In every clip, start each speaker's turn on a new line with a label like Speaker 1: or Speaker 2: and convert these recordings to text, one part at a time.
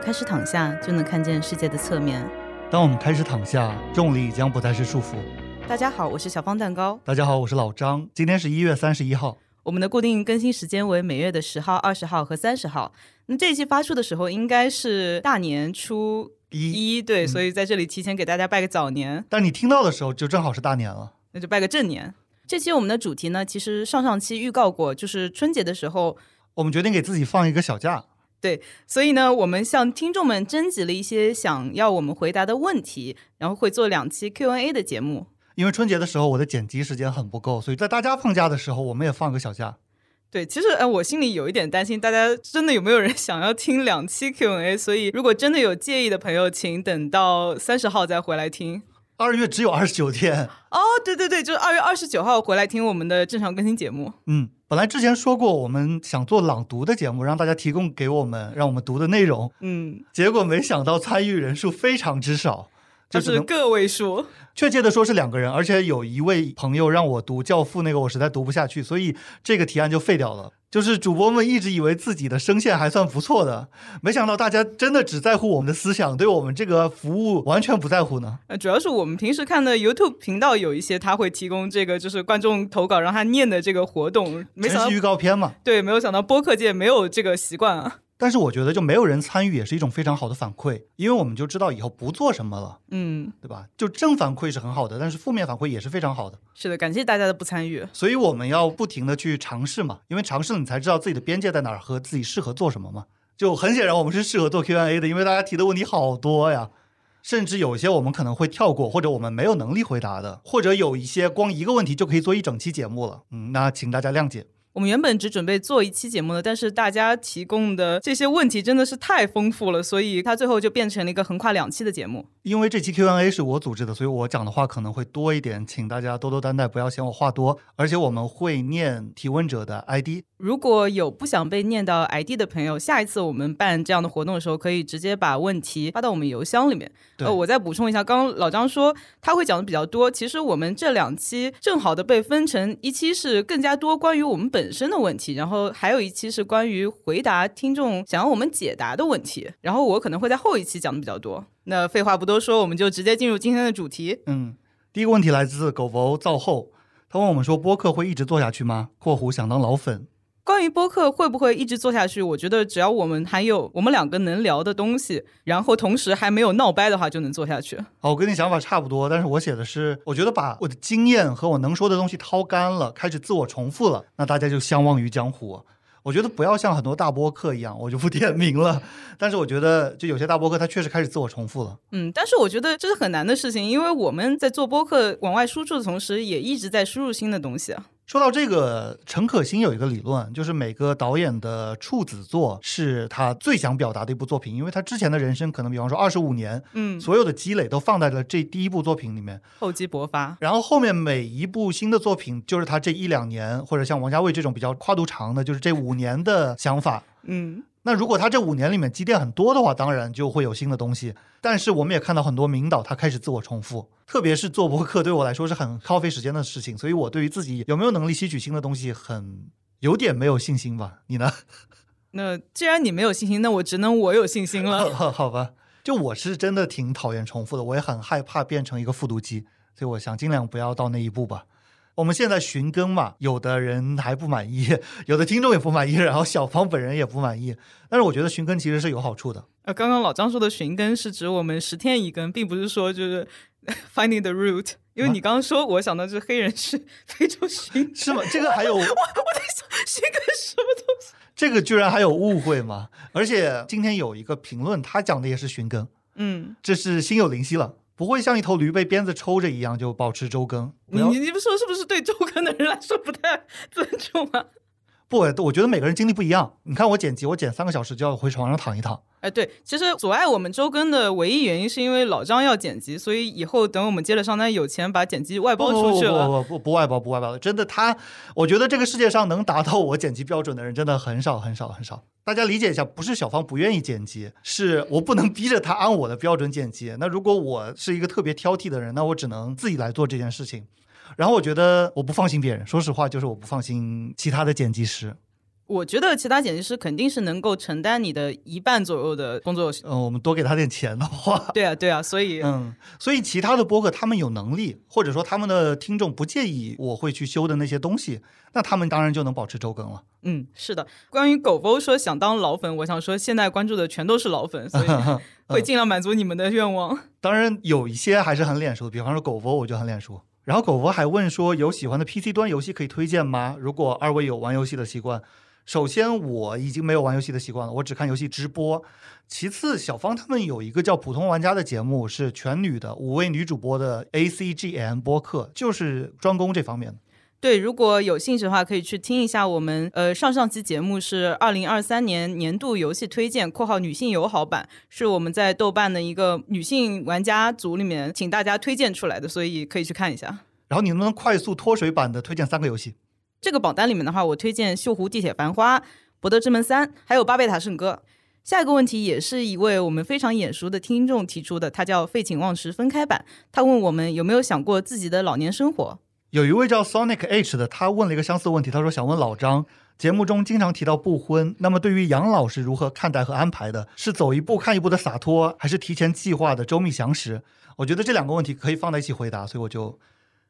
Speaker 1: 开始躺下，就能看见世界的侧面。
Speaker 2: 当我们开始躺下，重力将不再是束缚。
Speaker 1: 大家好，我是小方蛋糕。
Speaker 2: 大家好，我是老张，今天是一月三十一号。
Speaker 1: 我们的固定更新时间为每月的十号、二十号和三十号。那这一期发出的时候，应该是大年初
Speaker 2: 一，
Speaker 1: 一，对，所以在这里提前给大家拜个早年，
Speaker 2: 但你听到的时候就正好是大年了。
Speaker 1: 那就拜个正年。这期我们的主题呢，其实上上期预告过，就是春节的时候
Speaker 2: 我们决定给自己放一个小假。
Speaker 1: 所以呢，我们向听众们征集了一些想要我们回答的问题，然后会做两期 Q&A 的节目。
Speaker 2: 因为春节的时候我的剪辑时间很不够，所以在大家放假的时候，我们也放个小假。
Speaker 1: 对，其实呃，我心里有一点担心，大家真的有没有人 想要听两期 Q&A？所以如果真的有介意的朋友，请等到三十号再回来听。
Speaker 2: 二月只有二十九天，
Speaker 1: 哦，对对对，就是二月二十九号回来听我们的正常更新节目。
Speaker 2: 嗯，本来之前说过我们想做朗读的节目，让大家提供给我们让我们读的内容，
Speaker 1: 嗯，
Speaker 2: 结果没想到参与人数非常之少，
Speaker 1: 就
Speaker 2: 就只
Speaker 1: 是
Speaker 2: 能
Speaker 1: 个位数。
Speaker 2: 确切的说是两个人，而且有一位朋友让我读《教父》那个，我实在读不下去，所以这个提案就废掉了。就是主播们一直以为自己的声线还算不错的，没想到大家真的只在乎我们的思想，对我们这个服务完全不在乎呢。
Speaker 1: 呃，主要是我们平时看的 YouTube 频道有一些，他会提供这个就是观众投稿让他念的这个活动，没
Speaker 2: 全
Speaker 1: 想到
Speaker 2: 是预告片嘛，
Speaker 1: 对，没有想到播客界没有这个习惯啊。
Speaker 2: 但是我觉得就没有人参与也是一种非常好的反馈，因为我们就知道以后不做什么了，
Speaker 1: 嗯，
Speaker 2: 对吧？就正反馈是很好的，但是负面反馈也是非常好的。
Speaker 1: 是的，感谢大家的不参与。
Speaker 2: 所以我们要不停的去尝试嘛，因为尝试了你才知道自己的边界在哪儿和自己适合做什么嘛。就很显然，我们是适合做 Q&A 的，因为大家提的问题好多呀，甚至有一些我们可能会跳过，或者我们没有能力回答的，或者有一些光一个问题就可以做一整期节目了。嗯，那请大家谅解。
Speaker 1: 我们原本只准备做一期节目的，但是大家提供的这些问题真的是太丰富了，所以它最后就变成了一个横跨两期的节目。
Speaker 2: 因为这期 Q&A 是我组织的，所以我讲的话可能会多一点，请大家多多担待，不要嫌我话多。而且我们会念提问者的 ID，
Speaker 1: 如果有不想被念到 ID 的朋友，下一次我们办这样的活动的时候，可以直接把问题发到我们邮箱里面。
Speaker 2: 对
Speaker 1: 呃，我再补充一下，刚刚老张说他会讲的比较多，其实我们这两期正好的被分成一期是更加多关于我们本身的问题，然后还有一期是关于回答听众想要我们解答的问题，然后我可能会在后一期讲的比较多。那废话不多说，我们就直接进入今天的主题。
Speaker 2: 嗯，第一个问题来自狗狗造后，他问我们说播客会一直做下去吗？（括弧想当老粉
Speaker 1: 关于播客会不会一直做下去，我觉得只要我们还有我们两个能聊的东西，然后同时还没有闹掰的话，就能做下去。）。
Speaker 2: 啊好，我跟你想法差不多，但是我写的是，我觉得把我的经验和我能说的东西掏干了，开始自我重复了，那大家就相忘于江湖。啊我觉得不要像很多大播客一样，我就不点名了。但是我觉得，就有些大播客，它确实开始自我重复了。
Speaker 1: 嗯，但是我觉得这是很难的事情，因为我们在做播客往外输出的同时，也一直在输入新的东西啊。
Speaker 2: 说到这个，陈可辛有一个理论，就是每个导演的处子作是他最想表达的一部作品，因为他之前的人生可能，比方说二十五年，
Speaker 1: 嗯，
Speaker 2: 所有的积累都放在了这第一部作品里面，
Speaker 1: 厚积薄发。
Speaker 2: 然后后面每一部新的作品，就是他这一两年，或者像王家卫这种比较跨度长的，就是这五年的想法。
Speaker 1: 嗯，
Speaker 2: 那如果他这五年里面积淀很多的话，当然就会有新的东西。但是我们也看到很多名导他开始自我重复，特别是做博客对我来说是很耗费时间的事情，所以我对于自己有没有能力吸取新的东西很有点没有信心吧。你呢？
Speaker 1: 那既然你没有信心，那我只能我有信心了。
Speaker 2: 好吧，就我是真的挺讨厌重复的，我也很害怕变成一个复读机，所以我想尽量不要到那一步吧。我们现在寻更嘛，有的人还不满意， 有的听众也不满意，然后小芳本人也不满意。但是我觉得寻更其实是有好处的，
Speaker 1: 呃，刚刚老张说的寻根是指我们十天一根，并不是说就是 finding the root。因为你刚刚说，我想到就是黑人是 非洲寻
Speaker 2: 啊是吗？这个还有
Speaker 1: 我在想寻根什么东西？
Speaker 2: 这个居然还有误会吗？而且今天有一个评论，他讲的也是寻更，
Speaker 1: 嗯，
Speaker 2: 这是心有灵犀了，不会像一头驴被鞭子抽着一样就保持周更。不
Speaker 1: 你
Speaker 2: 要
Speaker 1: 你你们说是不是对周更的人来说不太 尊重啊？
Speaker 2: 不，我觉得每个人经历不一样。你看我剪辑，我剪三个小时就要回床上躺一躺。
Speaker 1: 哎，对，其实阻碍我们周更的唯一原因是因为老张要剪辑，所以以后等我们接了商单有钱把剪辑外包出去了。
Speaker 2: 不不不不不外包不外包的，真的他，我觉得这个世界上能达到我剪辑标准的人真的很少很少很少。大家理解一下，不是小芳不愿意剪辑，是我不能逼着他按我的标准剪辑。那如果我是一个特别挑剔的人，那我只能自己来做这件事情。然后我觉得我不放心别人，说实话，就是我不放心其他的剪辑师。
Speaker 1: 我觉得其他剪辑师肯定是能够承担你的一半左右的工作。
Speaker 2: 嗯，我们多给他点钱的话，
Speaker 1: 对啊，对啊，所以
Speaker 2: 嗯，所以其他的播客他们有能力，或者说他们的听众不介意我会去修的那些东西，那他们当然就能保持周更了。
Speaker 1: 嗯，是的。关于狗狗说想当老粉，我想说现在关注的全都是老粉， 所以
Speaker 2: 嗯
Speaker 1: 会尽量满足你们的愿望。
Speaker 2: 当然有一些还是很脸熟，比方说狗佛我就很脸熟。然后狗佛还问说有喜欢的 PC 端游戏可以推荐吗？如果二位有玩游戏的习惯，首先我已经没有玩游戏的习惯了，我只看游戏直播。其次，小芳他们有一个叫《普通玩家》的节目，是全女的五位女主播的 ACGN 播客，就是专攻这方面的。
Speaker 1: 对，如果有兴趣的话，可以去听一下我们呃上上期节目是二零二三年年度游戏推荐（括号女性友好版），是我们在豆瓣的一个女性玩家组里面请大家推荐出来的，所以可以去看一下。
Speaker 2: 然后你能不能快速脱水版的推荐三个游戏？
Speaker 1: 这个榜单里面的话，我推荐《锈湖地铁繁花》《博德之门三》，还有《巴贝塔圣歌》。下一个问题也是一位我们非常眼熟的听众提出的，他叫废寝忘食分开版，他问我们有没有想过自己的老年生活。
Speaker 2: 有一位叫 Sonic H 的，他问了一个相似的问题，他说想问老张，节目中经常提到不婚，那么对于养老是如何看待和安排的？是走一步看一步的洒脱，还是提前计划的周密详实？我觉得这两个问题可以放在一起回答，所以我就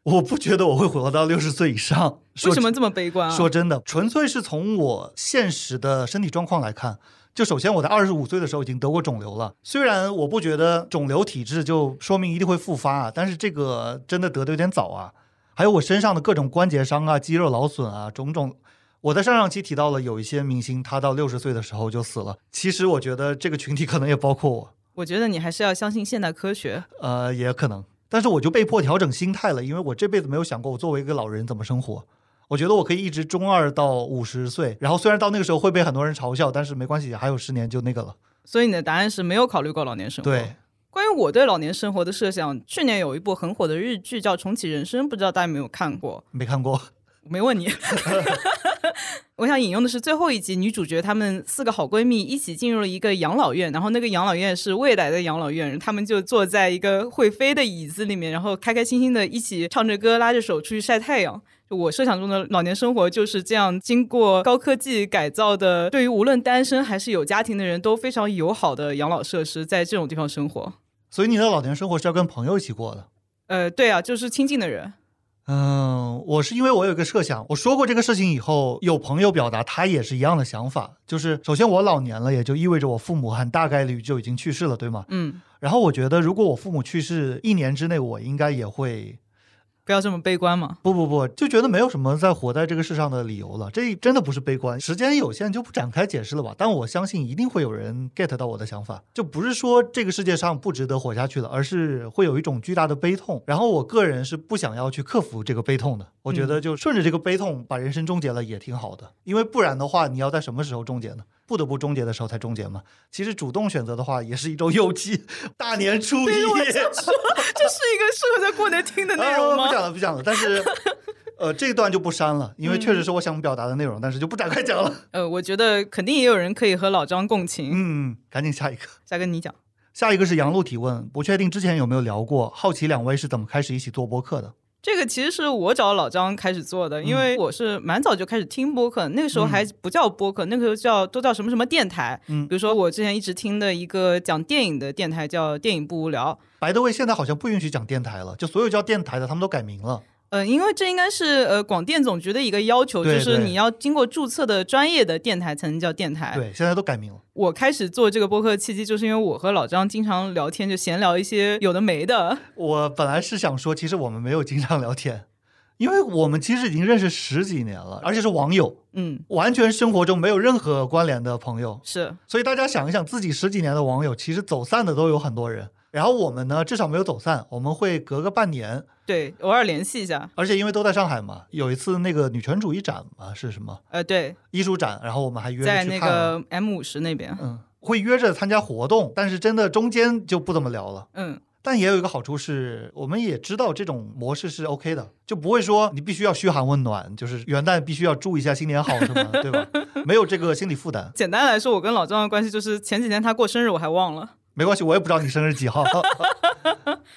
Speaker 2: 我不觉得我会活到六十岁以上。
Speaker 1: 为
Speaker 2: 说
Speaker 1: 什么这么悲观啊？
Speaker 2: 说真的，纯粹是从我现实的身体状况来看，就首先我在二十五岁的时候已经得过肿瘤了。虽然我不觉得肿瘤体质就说明一定会复发啊，但是这个真的得的有点早啊。还有我身上的各种关节伤啊、肌肉劳损啊，种种。我在上上期提到了有一些明星，他到六十岁的时候就死了。其实我觉得这个群体可能也包括我，
Speaker 1: 我觉得你还是要相信现代科学。
Speaker 2: 呃，也可能。但是我就被迫调整心态了，因为我这辈子没有想过我作为一个老人怎么生活。我觉得我可以一直中二到五十岁，然后虽然到那个时候会被很多人嘲笑，但是没关系，还有十年就那个了。
Speaker 1: 所以你的答案是没有考虑过老年生活。
Speaker 2: 对，
Speaker 1: 关于我对老年生活的设想，去年有一部很火的日剧叫《重启人生》，不知道大家有没有看过？
Speaker 2: 没看过，
Speaker 1: 我没问你。 我想引用的是最后一集，女主角她们四个好闺蜜一起进入了一个养老院，然后那个养老院是未来的养老院，她们就坐在一个会飞的椅子里面，然后开开心心的一起唱着歌，拉着手出去晒太阳。就我设想中的老年生活就是这样，经过高科技改造的，对于无论单身还是有家庭的人都非常友好的养老设施，在这种地方生活。
Speaker 2: 所以你的老年生活是要跟朋友一起过的。
Speaker 1: 呃，对啊，就是亲近的人。
Speaker 2: 嗯，我是因为我有一个设想，我说过这个事情以后，有朋友表达他也是一样的想法，就是首先我老年了，也就意味着我父母很大概率就已经去世了，对吗？
Speaker 1: 嗯，
Speaker 2: 然后我觉得如果我父母去世一年之内，我应该也会
Speaker 1: 不要这么悲观嘛。
Speaker 2: 不不不，就觉得没有什么再活在这个世上的理由了。这真的不是悲观，时间有限就不展开解释了吧。但我相信一定会有人 get 到我的想法，就不是说这个世界上不值得活下去了，而是会有一种巨大的悲痛。然后我个人是不想要去克服这个悲痛的，我觉得就顺着这个悲痛把人生终结了也挺好的，因为不然的话，你要在什么时候终结呢？不得不终结的时候才终结嘛。其实主动选择的话，也是一种 诱机。大年初一，
Speaker 1: 这是一个适合在过年听的内 容
Speaker 2: 呃不
Speaker 1: 吗？
Speaker 2: 讲了，不讲了。但是，呃，这一段就不删了，因为确实是我想表达的内容，但是就不展开讲了。
Speaker 1: 呃，我觉得肯定也有人可以和老张共情。
Speaker 2: 嗯，赶紧下一个。
Speaker 1: 下跟你讲，
Speaker 2: 下一个是杨璐提问，不确定之前有没有聊过，好奇两位是怎么开始一起做播客的？
Speaker 1: 这个其实是我找老张开始做的，因
Speaker 2: 嗯
Speaker 1: 为我是蛮早就开始听播客，那个时候还不叫播客，那个时候叫都叫什么什么电台。
Speaker 2: 嗯
Speaker 1: 比如说我之前一直听的一个讲电影的电台叫《电影不无聊》。
Speaker 2: 白德卫现在好像不允许讲电台了，就所有叫电台的他们都改名了。
Speaker 1: 呃，因为这应该是呃广电总局的一个要求，
Speaker 2: 对
Speaker 1: 就是
Speaker 2: 对
Speaker 1: 你要经过注册的专业的电台才能叫电台。
Speaker 2: 对，现在都改名了。
Speaker 1: 我开始做这个播客的契机，就是因为我和老张经常聊天，就闲聊一些有的没的。
Speaker 2: 我本来是想说，其实我们没有经常聊天，因为我们其实已经认识十几年了，而且是网友，
Speaker 1: 嗯，
Speaker 2: 完全生活中没有任何关联的朋友。
Speaker 1: 是
Speaker 2: 所以大家想一想，自己十几年的网友，其实走散的都有很多人。然后我们呢，至少没有走散，我们会隔个半年，
Speaker 1: 对，偶尔联系一下。
Speaker 2: 而且因为都在上海嘛，有一次那个女权主义展嘛，是什么
Speaker 1: 呃，对，
Speaker 2: 艺术展，然后我们还约着
Speaker 1: 在
Speaker 2: 去
Speaker 1: 那
Speaker 2: 看了，
Speaker 1: 个 M 五十那边，
Speaker 2: 嗯，会约着参加活动，但是真的中间就不怎么聊了。
Speaker 1: 嗯，
Speaker 2: 但也有一个好处是，我们也知道这种模式是 OK 的，就不会说你必须要嘘寒问暖，就是元旦必须要祝一下新年好什么的，对吧？没有这个心理负担，
Speaker 1: 简单来说，我跟老张的关系就是前几天他过生日我还忘了，
Speaker 2: 没关系，我也不知道你生日几号。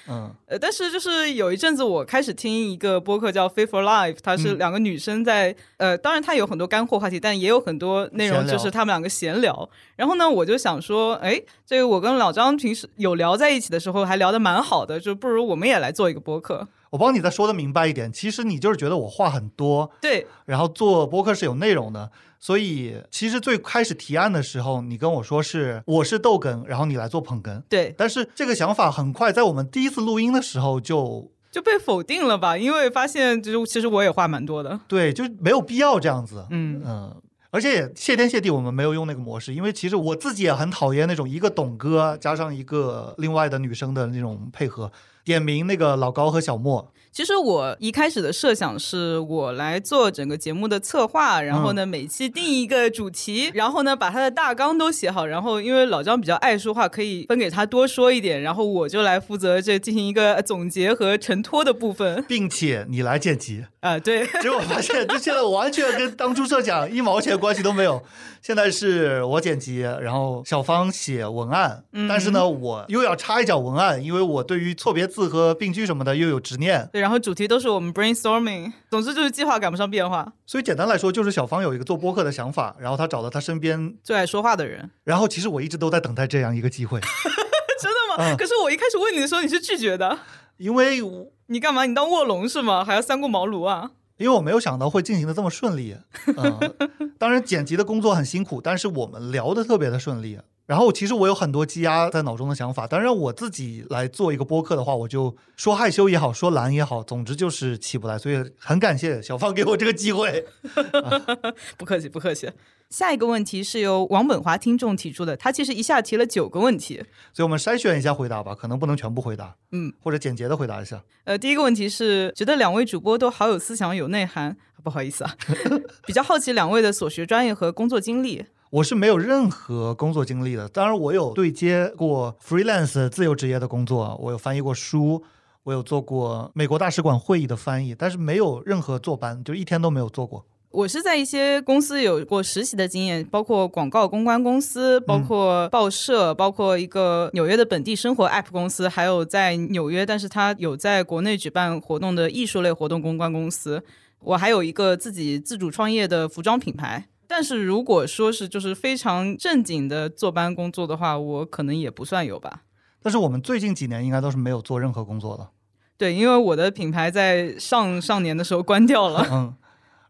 Speaker 2: 嗯
Speaker 1: 呃，但是就是有一阵子，我开始听一个播客叫《Fit for Life》，它是
Speaker 2: 嗯
Speaker 1: 两个女生在、呃，当然它有很多干货话题，但也有很多内容
Speaker 2: 闲聊
Speaker 1: 就是她们两个闲聊。然后呢，我就想说，哎，这个我跟老张平时有聊在一起的时候，还聊得蛮好的，就不如我们也来做一个播客。
Speaker 2: 我帮你再说的明白一点，其实你就是觉得我话很多，
Speaker 1: 对，
Speaker 2: 然后做播客是有内容的，所以其实最开始提案的时候，你跟我说是我是逗哏，然后你来做捧哏，
Speaker 1: 对，
Speaker 2: 但是这个想法很快在我们第一次录音的时候就
Speaker 1: 就被否定了吧？因为发现就是其实我也话蛮多的。
Speaker 2: 对，就没有必要这样子，
Speaker 1: 嗯，
Speaker 2: 嗯。而且也谢天谢地，我们没有用那个模式，因为其实我自己也很讨厌那种一个董哥加上一个另外的女生的那种配合，点名那个老高和小莫。
Speaker 1: 其实我一开始的设想是我来做整个节目的策划，然后呢，每期定一个主题，然后呢，把它的大纲都写好，然后因为老张比较爱说话，可以分给他多说一点，然后我就来负责这进行一个总结和承托的部分。
Speaker 2: 并且你来剪辑，
Speaker 1: 啊、对，
Speaker 2: 结果发现这现在完全跟当初设想一毛钱关系都没有。现在是我剪辑，然后小芳写文案，但是呢，我又要插一脚文案，因为我对于错别字和病句什么的又有执念，
Speaker 1: 对，然后主题都是我们 brainstorming，总之就是计划赶不上变化，
Speaker 2: 所以简单来说就是小芳有一个做播客的想法，然后她找到她身边，
Speaker 1: 最爱说话的人，
Speaker 2: 然后其实我一直都在等待这样一个机会，
Speaker 1: 真的吗？
Speaker 2: 嗯
Speaker 1: 可是我一开始问你的时候，你是拒绝的，
Speaker 2: 因为我
Speaker 1: 你干嘛？你当卧龙是吗？还要三顾茅庐啊？
Speaker 2: 因为我没有想到会进行的这么顺利。嗯，当然剪辑的工作很辛苦，但是我们聊的特别的顺利。然后其实我有很多积压在脑中的想法，当然我自己来做一个播客的话，我就说害羞也好，说懒也好，总之就是起不来。所以很感谢小芳给我这个机会。
Speaker 1: 不客气，不客气。下一个问题是由王本华听众提出的，他其实一下提了九个问题。
Speaker 2: 所以我们筛选一下回答吧，可能不能全部回答，
Speaker 1: 嗯，
Speaker 2: 或者简洁的回答一下。
Speaker 1: 呃，第一个问题是觉得两位主播都好有思想，有内涵，不好意思啊， 比较好奇两位的所学专业和工作经历。
Speaker 2: 我是没有任何工作经历的，当然我有对接过 freelance 自由职业的工作，我有翻译过书，我有做过美国大使馆会议的翻译，但是没有任何坐班，就一天都没有做过。
Speaker 1: 我是在一些公司有过实习的经验，包括广告公关公司，包括报社，包括一个纽约的本地生活 App 公司，还有在纽约，但是它有在国内举办活动的艺术类活动公关公司。我还有一个自己自主创业的服装品牌。但是如果说是就是非常正经的坐班工作的话，我可能也不算有吧。
Speaker 2: 但是我们最近几年应该都是没有做任何工作的，
Speaker 1: 对，因为我的品牌在上上年的时候关掉了。
Speaker 2: 嗯。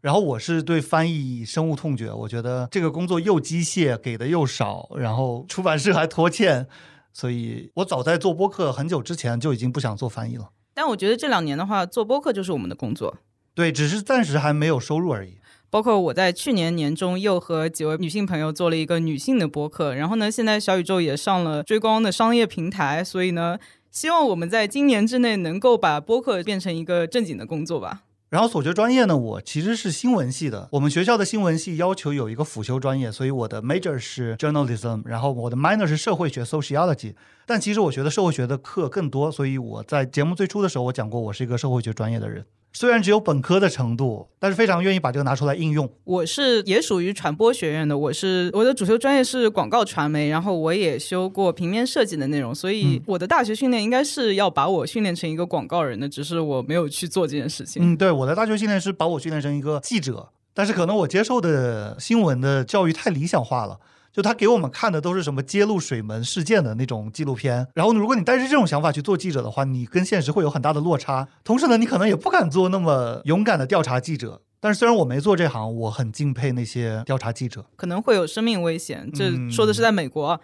Speaker 2: 然后我是对翻译深恶痛绝，我觉得这个工作又机械，给的又少，然后出版社还拖欠，所以我早在做播客很久之前就已经不想做翻译了。
Speaker 1: 但我觉得这两年的话，做播客就是我们的工作。
Speaker 2: 对，只是暂时还没有收入而已。
Speaker 1: 包括我在去年年中又和几位女性朋友做了一个女性的播客，然后呢，现在小宇宙也上了追光的商业平台，所以呢，希望我们在今年之内能够把播客变成一个正经的工作吧。
Speaker 2: 然后所学专业呢，我其实是新闻系的。我们学校的新闻系要求有一个辅修专业，所以我的 major 是 journalism，然后我的 minor 是社会学 sociology。但其实我学的社会学的课更多，所以我在节目最初的时候，我讲过我是一个社会学专业的人。虽然只有本科的程度，但是非常愿意把这个拿出来应用。
Speaker 1: 我是也属于传播学院的，我是我的主修专业是广告传媒，然后我也修过平面设计的内容，所以我的大学训练应该是要把我训练成一个广告人的，只是我没有去做这件事情。
Speaker 2: 嗯，对，我的大学训练是把我训练成一个记者，但是可能我接受的新闻的教育太理想化了。就他给我们看的都是什么揭露水门事件的那种纪录片，然后呢，如果你带着这种想法去做记者的话，你跟现实会有很大的落差。同时呢，你可能也不敢做那么勇敢的调查记者。但是虽然我没做这行，我很敬佩那些调查记者。
Speaker 1: 可能会有生命危险。这
Speaker 2: 嗯
Speaker 1: 说的是在美国啊。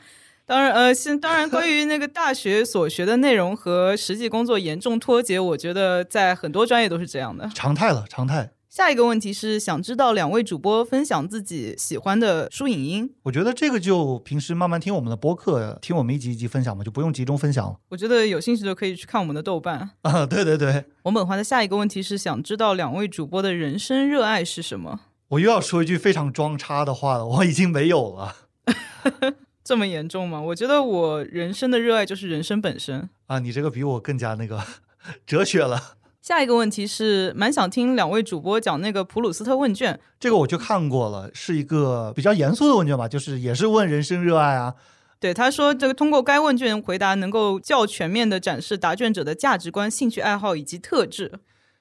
Speaker 1: 当然，呃，现当然，关于那个大学所学的内容和实际工作严重脱节，我觉得在很多专业都是这样的。
Speaker 2: 常态了，常态。
Speaker 1: 下一个问题是，想知道两位主播分享自己喜欢的书影音。
Speaker 2: 我觉得这个就平时慢慢听我们的播客，听我们一集一集分享嘛，就不用集中分享了。
Speaker 1: 我觉得有兴趣的可以去看我们的豆瓣。
Speaker 2: 啊，对对对，
Speaker 1: 王本华的下一个问题是，想知道两位主播的人生热爱是什么？
Speaker 2: 我又要说一句非常装叉的话了，我已经没有了
Speaker 1: 这么严重吗？我觉得我人生的热爱就是人生本身。
Speaker 2: 啊！你这个比我更加那个 哲学了。
Speaker 1: 下一个问题是，蛮想听两位主播讲那个普鲁斯特问卷，
Speaker 2: 这个我去看过了，是一个比较严肃的问卷吧，就是也是问人生热爱啊，
Speaker 1: 对，他说这个通过该问卷回答能够较全面的展示答卷者的价值观、兴趣爱好以及特质。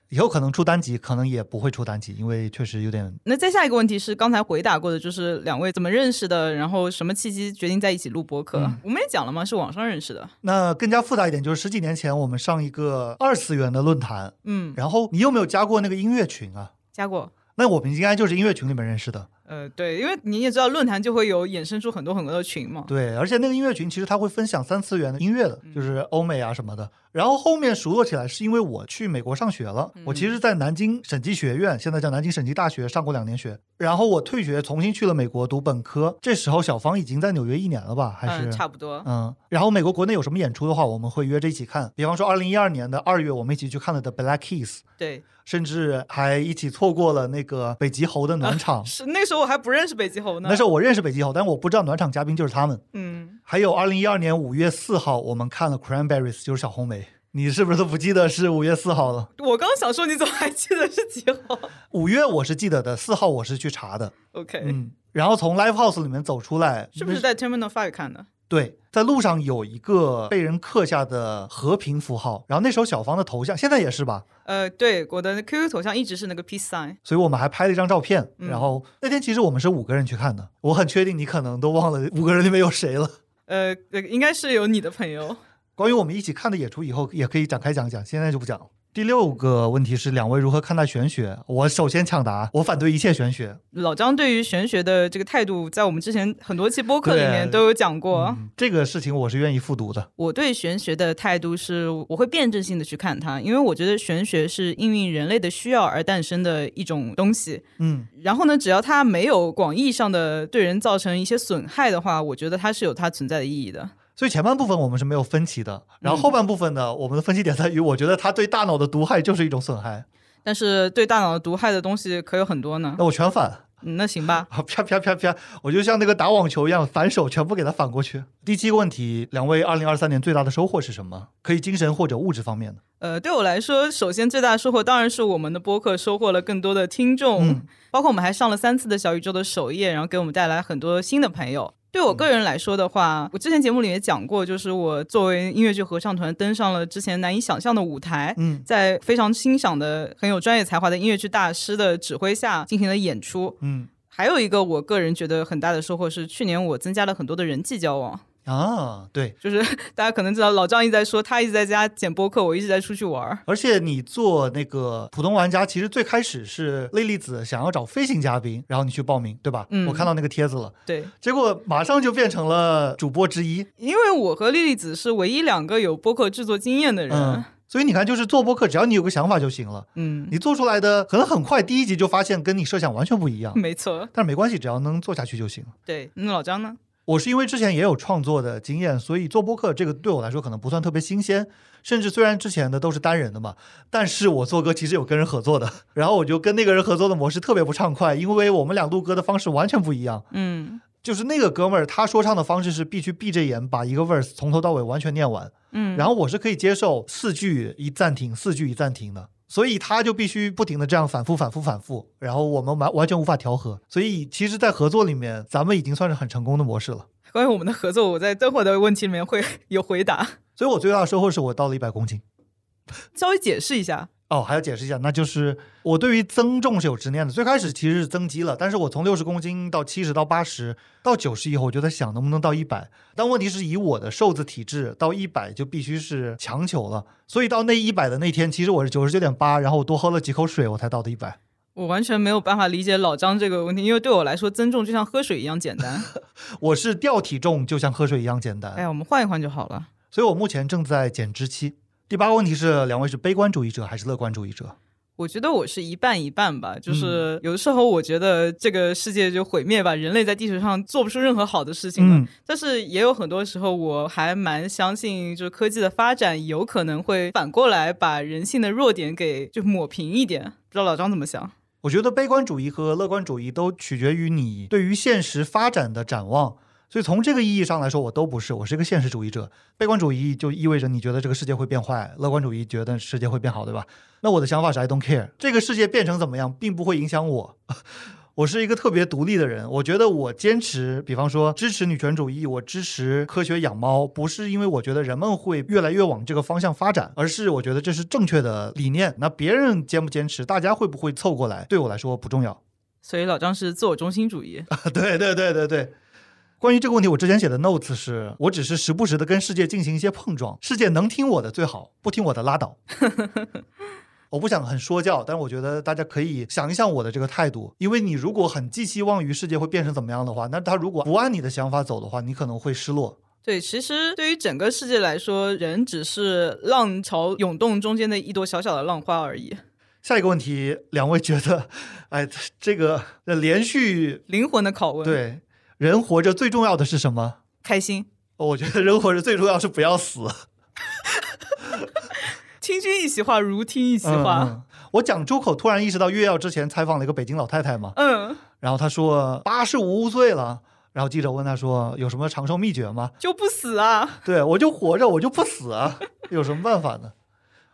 Speaker 2: 以后可能出单集，可能也不会出单集，因为确实有点
Speaker 1: 那再下一个问题是刚才回答过的，就是两位怎么认识的，然后什么契机决定在一起录播客？
Speaker 2: 嗯
Speaker 1: 我们也讲了嘛，是网上认识的。
Speaker 2: 那更加复杂一点，就是十几年前我们上一个二次元的论坛，
Speaker 1: 嗯，
Speaker 2: 然后你有没有加过那个音乐群啊？
Speaker 1: 加过。
Speaker 2: 那我们应该就是音乐群里面认识的，
Speaker 1: 呃，对，因为你也知道论坛就会有衍生出很多很多的群嘛。
Speaker 2: 对，而且那个音乐群其实它会分享三次元的音乐
Speaker 1: 嗯
Speaker 2: 的，就是欧美啊什么的。然后后面熟络起来，是因为我去美国上学了，
Speaker 1: 嗯
Speaker 2: 我其实在南京审计学院，现在叫南京审计大学上过两年学，然后我退学重新去了美国读本科。这时候小芳已经在纽约一年了吧？还是、
Speaker 1: 嗯，差不多。
Speaker 2: 嗯，然后美国国内有什么演出的话，我们会约着一起看。比方说，二零一二年的二月，我们一起去看了的 Black Keys，
Speaker 1: 对，
Speaker 2: 甚至还一起错过了那个北极猴的暖场。
Speaker 1: 啊是那时候我还不认识北极猴呢。
Speaker 2: 那时候我认识北极猴，但我不知道暖场嘉宾就是他们。
Speaker 1: 嗯，
Speaker 2: 还有二零一二年五月四号，我们看了 Cranberries，就是小红莓。你是不是都不记得是五月四号了？
Speaker 1: 我刚想说你怎么还记得是几号
Speaker 2: 五月我是记得的，四号我是去查的。
Speaker 1: ？OK，、
Speaker 2: 嗯，然后从 Live House 里面走出来，
Speaker 1: 哎是不是
Speaker 2: 那
Speaker 1: 在 Terminal Five 看的？
Speaker 2: 对，在路上有一个被人刻下的和平符号，然后那时候小芳的头像现在也是吧，
Speaker 1: 呃，对，我的 QQ 头像一直是那个 peace sign。
Speaker 2: 所以我们还拍了一张照片。
Speaker 1: 嗯
Speaker 2: 然后那天其实我们是五个人去看的，我很确定你可能都忘了五个人里面有谁了。
Speaker 1: 呃，呃应该是有你的朋友。
Speaker 2: 关于我们一起看的演出，以后也可以展开讲讲，现在就不讲了。第六个问题是两位如何看待玄学？我首先抢答，我反对一切玄学。
Speaker 1: 老张对于玄学的这个态度，在我们之前很多期播客里面
Speaker 2: 对
Speaker 1: 都有讲过。
Speaker 2: 嗯这个事情我是愿意复读的。
Speaker 1: 我对玄学的态度是，我会辩证性的去看它，因为我觉得玄学是应运人类的需要而诞生的一种东西。
Speaker 2: 嗯，
Speaker 1: 然后呢，只要它没有广义上的对人造成一些损害的话，我觉得它是有它存在的意义的。
Speaker 2: 所以前半部分我们是没有分歧的，然后后半部分呢，我们的分歧点在于，我觉得它对大脑的毒害就是一种损害。
Speaker 1: 但是对大脑毒害的东西可有很多呢。
Speaker 2: 那我全反，
Speaker 1: 嗯那行吧，
Speaker 2: 啊， 啪啪啪啪，我就像那个打网球一样，反手全部给它反过去。第七个问题，两位二零二三年最大的收获是什么？可以精神或者物质方面的。
Speaker 1: 呃，对我来说，首先最大的收获当然是我们的播客收获了更多的听众，
Speaker 2: 嗯
Speaker 1: 包括我们还上了三次的小宇宙的首页，然后给我们带来很多新的朋友。对
Speaker 2: 嗯
Speaker 1: 我个人来说的话，我之前节目里也讲过，就是我作为音乐剧合唱团登上了之前难以想象的舞台，
Speaker 2: 嗯
Speaker 1: 在非常欣赏的、很有专业才华的音乐剧大师的指挥下进行了演出。
Speaker 2: 嗯
Speaker 1: 还有一个我个人觉得很大的收获是，去年我增加了很多的人际交往。
Speaker 2: 啊，对，
Speaker 1: 就是 大家可能知道，老张一直在说他一直在家剪播客，我一直在出去玩儿。
Speaker 2: 而且你做那个普通玩家，其实最开始是类粒子想要找飞行嘉宾，然后你去报名，对吧？
Speaker 1: 嗯
Speaker 2: 我看到那个帖子了，
Speaker 1: 对，
Speaker 2: 结果马上就变成了主播之一。
Speaker 1: 因为我和莉莉子是唯一两个有播客制作经验的人
Speaker 2: 嗯。，所以你看，就是做播客，只要你有个想法就行了，
Speaker 1: 嗯，
Speaker 2: 你做出来的可能很快第一集就发现跟你设想完全不一样，
Speaker 1: 没错。
Speaker 2: 但是没关系，只要能做下去就行。
Speaker 1: 对，那老张呢？
Speaker 2: 我是因为之前也有创作的经验，所以做播客这个对我来说可能不算特别新鲜。甚至虽然之前的都是单人的嘛，但是我做歌其实有跟人合作的，然后我就跟那个人合作的模式特别不畅快，因为我们俩录歌的方式完全不一样。
Speaker 1: 嗯
Speaker 2: 就是那个哥们儿，他说唱的方式是必须闭着眼把一个 verse 从头到尾完全念完，
Speaker 1: 嗯，
Speaker 2: 然后我是可以接受四句一暂停，四句一暂停的，所以他就必须不停的这样反复、反复、反复，然后我们完完全无法调和。所以其实，在合作里面，咱们已经算是很成功的模式了。
Speaker 1: 关于我们的合作，我在等会儿的问题里面会 有回答，
Speaker 2: 所以我最大的收获是我到了一百公斤。
Speaker 1: 稍微解释一下。
Speaker 2: 哦，还要解释一下，那就是我对于增重是有执念的。最开始其实是增肌了，但是我从六十公斤到七十到八十到九十以后，我就在想能不能到一百。但问题是以我的瘦子体质，到一百就必须是强求了。所以到那一百的那天，其实我是九十九点八，然后我多喝了几口水，我才到的一百。
Speaker 1: 我完全没有办法理解老张这个问题，因为对我来说，增重就像喝水一样简 单。
Speaker 2: 我是掉体重就像喝水一样简单。
Speaker 1: 哎呀，我们换一换就好了。
Speaker 2: 所以我目前正在减脂期。第八个问题是，两位是悲观主义者还是乐观主义者？
Speaker 1: 我觉得我是一半一半吧，就是有的时候我觉得这个世界就毁灭吧，人类在地球上做不出任何好的事情了。
Speaker 2: 嗯
Speaker 1: 但是也有很多时候，我还蛮相信，就是科技的发展有可能会反过来把人性的弱点给就抹平一点。不知道老张怎么想？
Speaker 2: 我觉得悲观主义和乐观主义都取决于你对于现实发展的展望。所以从这个意义上来说，我都不是，我是一个现实主义者。悲观主义就意味着你觉得这个世界会变坏，乐观主义觉得世界会变好，对吧？那我的想法是 I don't care，这个世界变成怎么样，并不会影响我。我是一个特别独立的人，我觉得我坚持，比方说支持女权主义，我支持科学养猫，不是因为我觉得人们会越来越往这个方向发展，而是我觉得这是正确的理念。那别人坚不坚持，大家会不会凑过来，对我来说不重要。
Speaker 1: 所以老张是自我中心主 义。
Speaker 2: 对对对对对。关于这个问题，我之前写的 notes 是我只是时不时的跟世界进行一些碰撞，世界能听我的最好，不听我的拉倒。我不想很说教，但是我觉得大家可以想一想我的这个态度，因为你如果很寄希望于世界会变成怎么样的话，那他如果不按你的想法走的话，你可能会失落。
Speaker 1: 对，其实对于整个世界来说，人只是浪潮涌动中间的一朵小小的浪花而已。
Speaker 2: 下一个问题，两位觉得，哎，这个呃连续
Speaker 1: 灵魂的拷问，，
Speaker 2: 对人活着最重要的是什么？哦
Speaker 1: 开心。
Speaker 2: 我觉得人活着最重要是不要死。
Speaker 1: 听君一席话，如听 一席话。
Speaker 2: 嗯嗯我讲出口，突然意识到月曜之前采访了一个北京老太太嘛，
Speaker 1: 嗯
Speaker 2: 然后她说八十五岁了，然后记者问她说有什么长寿秘诀吗？
Speaker 1: 就不死啊。
Speaker 2: 对我就活着，我就不死啊， 有什么办法呢？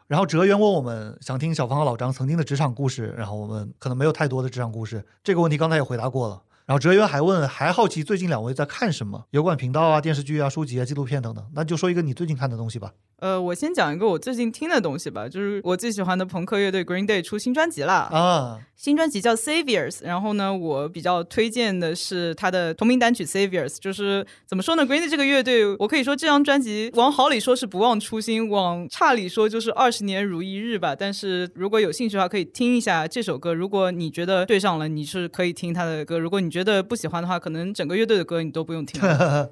Speaker 2: 然后哲源问我们想听小芳和老张曾经的职场故事，然后我们可能没有太多的职场故事，这个问题刚才也回答过了。然后哲源还问，还好奇最近两位在看什么，油管频道啊、电视剧啊、书籍啊、纪录片等等。那就说一个你最近看的东西吧。
Speaker 1: 呃，我先讲一个我最近听的东西吧，就是我最喜欢的朋克乐队 Green Day 出新专辑啦。
Speaker 2: 啊，
Speaker 1: 新专辑叫 Saviors，然后呢，我比较推荐的是他的同名单曲 Saviors。就是怎么说呢，Green Day 这个乐队，我可以说这张专辑往好里说是不忘初心，往差里说就是二十年如一日吧。但是如果有兴趣的话，可以听一下这首歌。如果你觉得对上了，你是可以听他的歌；如果你觉得不喜欢的话，可能整个乐队的歌你都不用听了。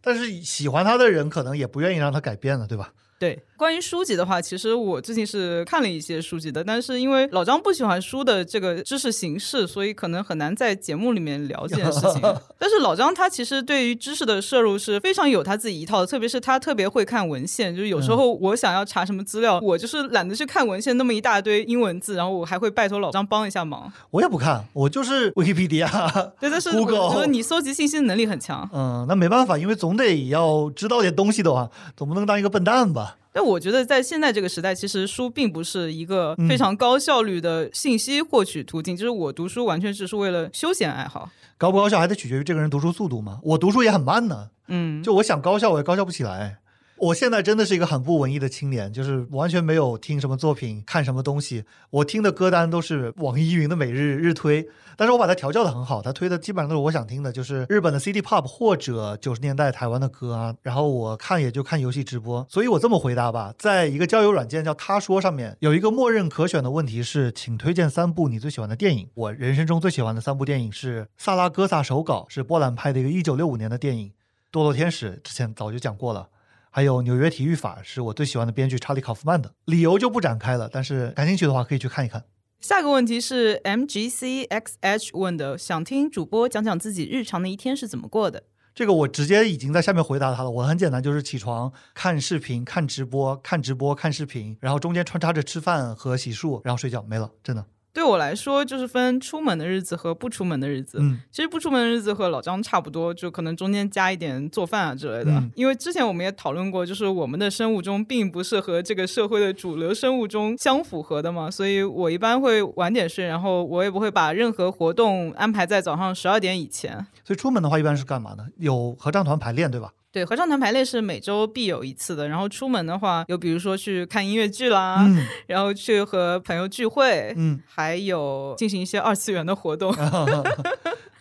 Speaker 2: 但是喜欢他的人可能也不愿意让他改变了，对吧？
Speaker 1: 对，关于书籍的话，其实我最近是看了一些书籍的，但是因为老张不喜欢书的这个知识形式，所以可能很难在节目里面聊这件事情。但是老张他其实对于知识的摄入是非常有他自己一套的，特别是他特别会看文献，就是有时候我想要查什么资料，我就是懒得去看文献那么一大堆英文字，然后我还会拜托老张帮一下忙。
Speaker 2: 我也不看，我就是 Wikipedia。
Speaker 1: 对，但是我
Speaker 2: Google
Speaker 1: 觉得你搜集信息能力很强。
Speaker 2: 嗯，那没办法，因为总得要知道点东西的话，总不能当一个笨蛋吧？
Speaker 1: 但我觉得在现在这个时代，其实书并不是一个非常高效率的信息获取途径。就是我读书完全只是为了休闲爱好。
Speaker 2: 高不高效还得取决于这个人读书速度嘛。我读书也很慢呢，
Speaker 1: 嗯，
Speaker 2: 就我想高效，我也高效不起来。我现在真的是一个很不文艺的青年，就是完全没有听什么作品、看什么东西。我听的歌单都是网易云的每日日推，但是我把它调教的很好，它推的基本上都是我想听的，就是日本的 City Pop 或者九十年代台湾的歌啊。然后我看也就看游戏直播，所以我这么回答吧，在一个交友软件叫他说上面有一个默认可选的问题是，请推荐三部你最喜欢的电影。我人生中最喜欢的三部电影是《萨拉戈萨手稿》，是波兰拍的一个一九六五年的电影。《堕落天使》之前早就讲过了，还有《纽约体育法》是我最喜欢的编剧查理·考夫曼的，理由就不展开了。但是感兴趣的话可以去看一看。
Speaker 1: 下一个问题是 MGCXH 问的，想听主播讲讲自己日常的一天是怎么过的。
Speaker 2: 这个我直接已经在下面回答他了，我很简单，就是起床看视频、看直播、看直播、看视频，然后中间穿插着吃饭和洗漱，然后睡觉，没了，真的。
Speaker 1: 对我来说，就是分出门的日子和不出门的日子。
Speaker 2: 嗯，
Speaker 1: 其实不出门的日子和老张差不多，就可能中间加一点做饭啊之类的。
Speaker 2: 嗯
Speaker 1: 因为之前我们也讨论过，就是我们的生物钟并不是和这个社会的主流生物钟相符合的嘛，所以我一般会晚点睡，然后我也不会把任何活动安排在早上十二点以前。
Speaker 2: 所以出门的话一般是干嘛呢？有合唱团排练，对吧？
Speaker 1: 对，合唱团排练是每周必有一次的，然后出门的话，有比如说去看音乐剧啦，
Speaker 2: 嗯
Speaker 1: 然后去和朋友聚会，
Speaker 2: 嗯，
Speaker 1: 还有进行一些二次元的活动。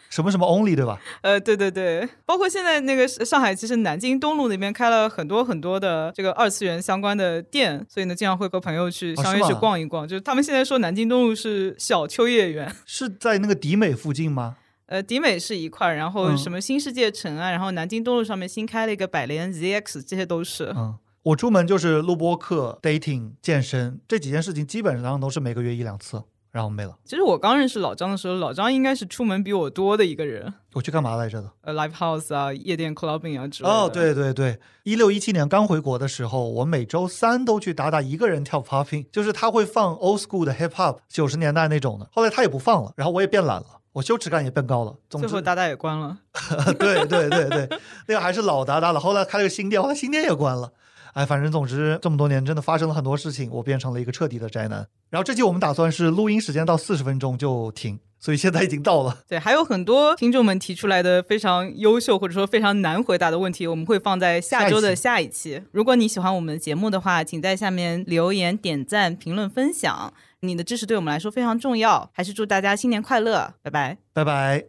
Speaker 2: 什么什么 only，对吧？
Speaker 1: 呃，对对对，包括现在那个上海，其实南京东路那边开了很多很多的这个二次元相关的店，所以呢，经常会和朋友去
Speaker 2: 哦
Speaker 1: 相
Speaker 2: 是
Speaker 1: 约去
Speaker 2: 吗
Speaker 1: 逛一逛。就是他们现在说南京东路是小秋叶原，
Speaker 2: 是在那个迪美附近吗？
Speaker 1: 呃，迪美是一块儿，然后
Speaker 2: 嗯
Speaker 1: 什么新世界城啊，然后南京东路上面新开了一个百联 ZX，这些都是。
Speaker 2: 嗯，我出门就是录播课、dating、健身这几件事情，基本上都是每个月一两次，然后没了。
Speaker 1: 其实我刚认识老张的时候，老张应该是出门比我多的一个人，
Speaker 2: 我去干嘛来着的？
Speaker 1: 呃，live house 啊，夜店 clubbing 啊之类的。
Speaker 2: 哦，对对对，一六一七年刚回国的时候，我每周三都去达达一个人跳 popping，就是他会放 old school 的 hip hop，九十年代那种的。后来他也不放了，然后我也变懒了，我羞耻感也变高了。总
Speaker 1: 最后
Speaker 2: 之，
Speaker 1: 大大也关了。
Speaker 2: 对对对对，那个还是老达达了。后来开了个新店，后来新店也关了。哎，反正总之这么多年真的发生了很多事情，我变成了一个彻底的宅男。然后这期我们打算是录音时间到四十分钟就停，所以现在已经到了。
Speaker 1: 对，还有很多听众们提出来的非常优秀或者说非常难回答的问题，我们会放在下周的下一期。如果你喜欢我们的节目的话，请在下面留言、点赞、评论、分享，你的支持对我们来说非常重要。还是祝大家新年快乐，拜拜。
Speaker 2: 拜拜。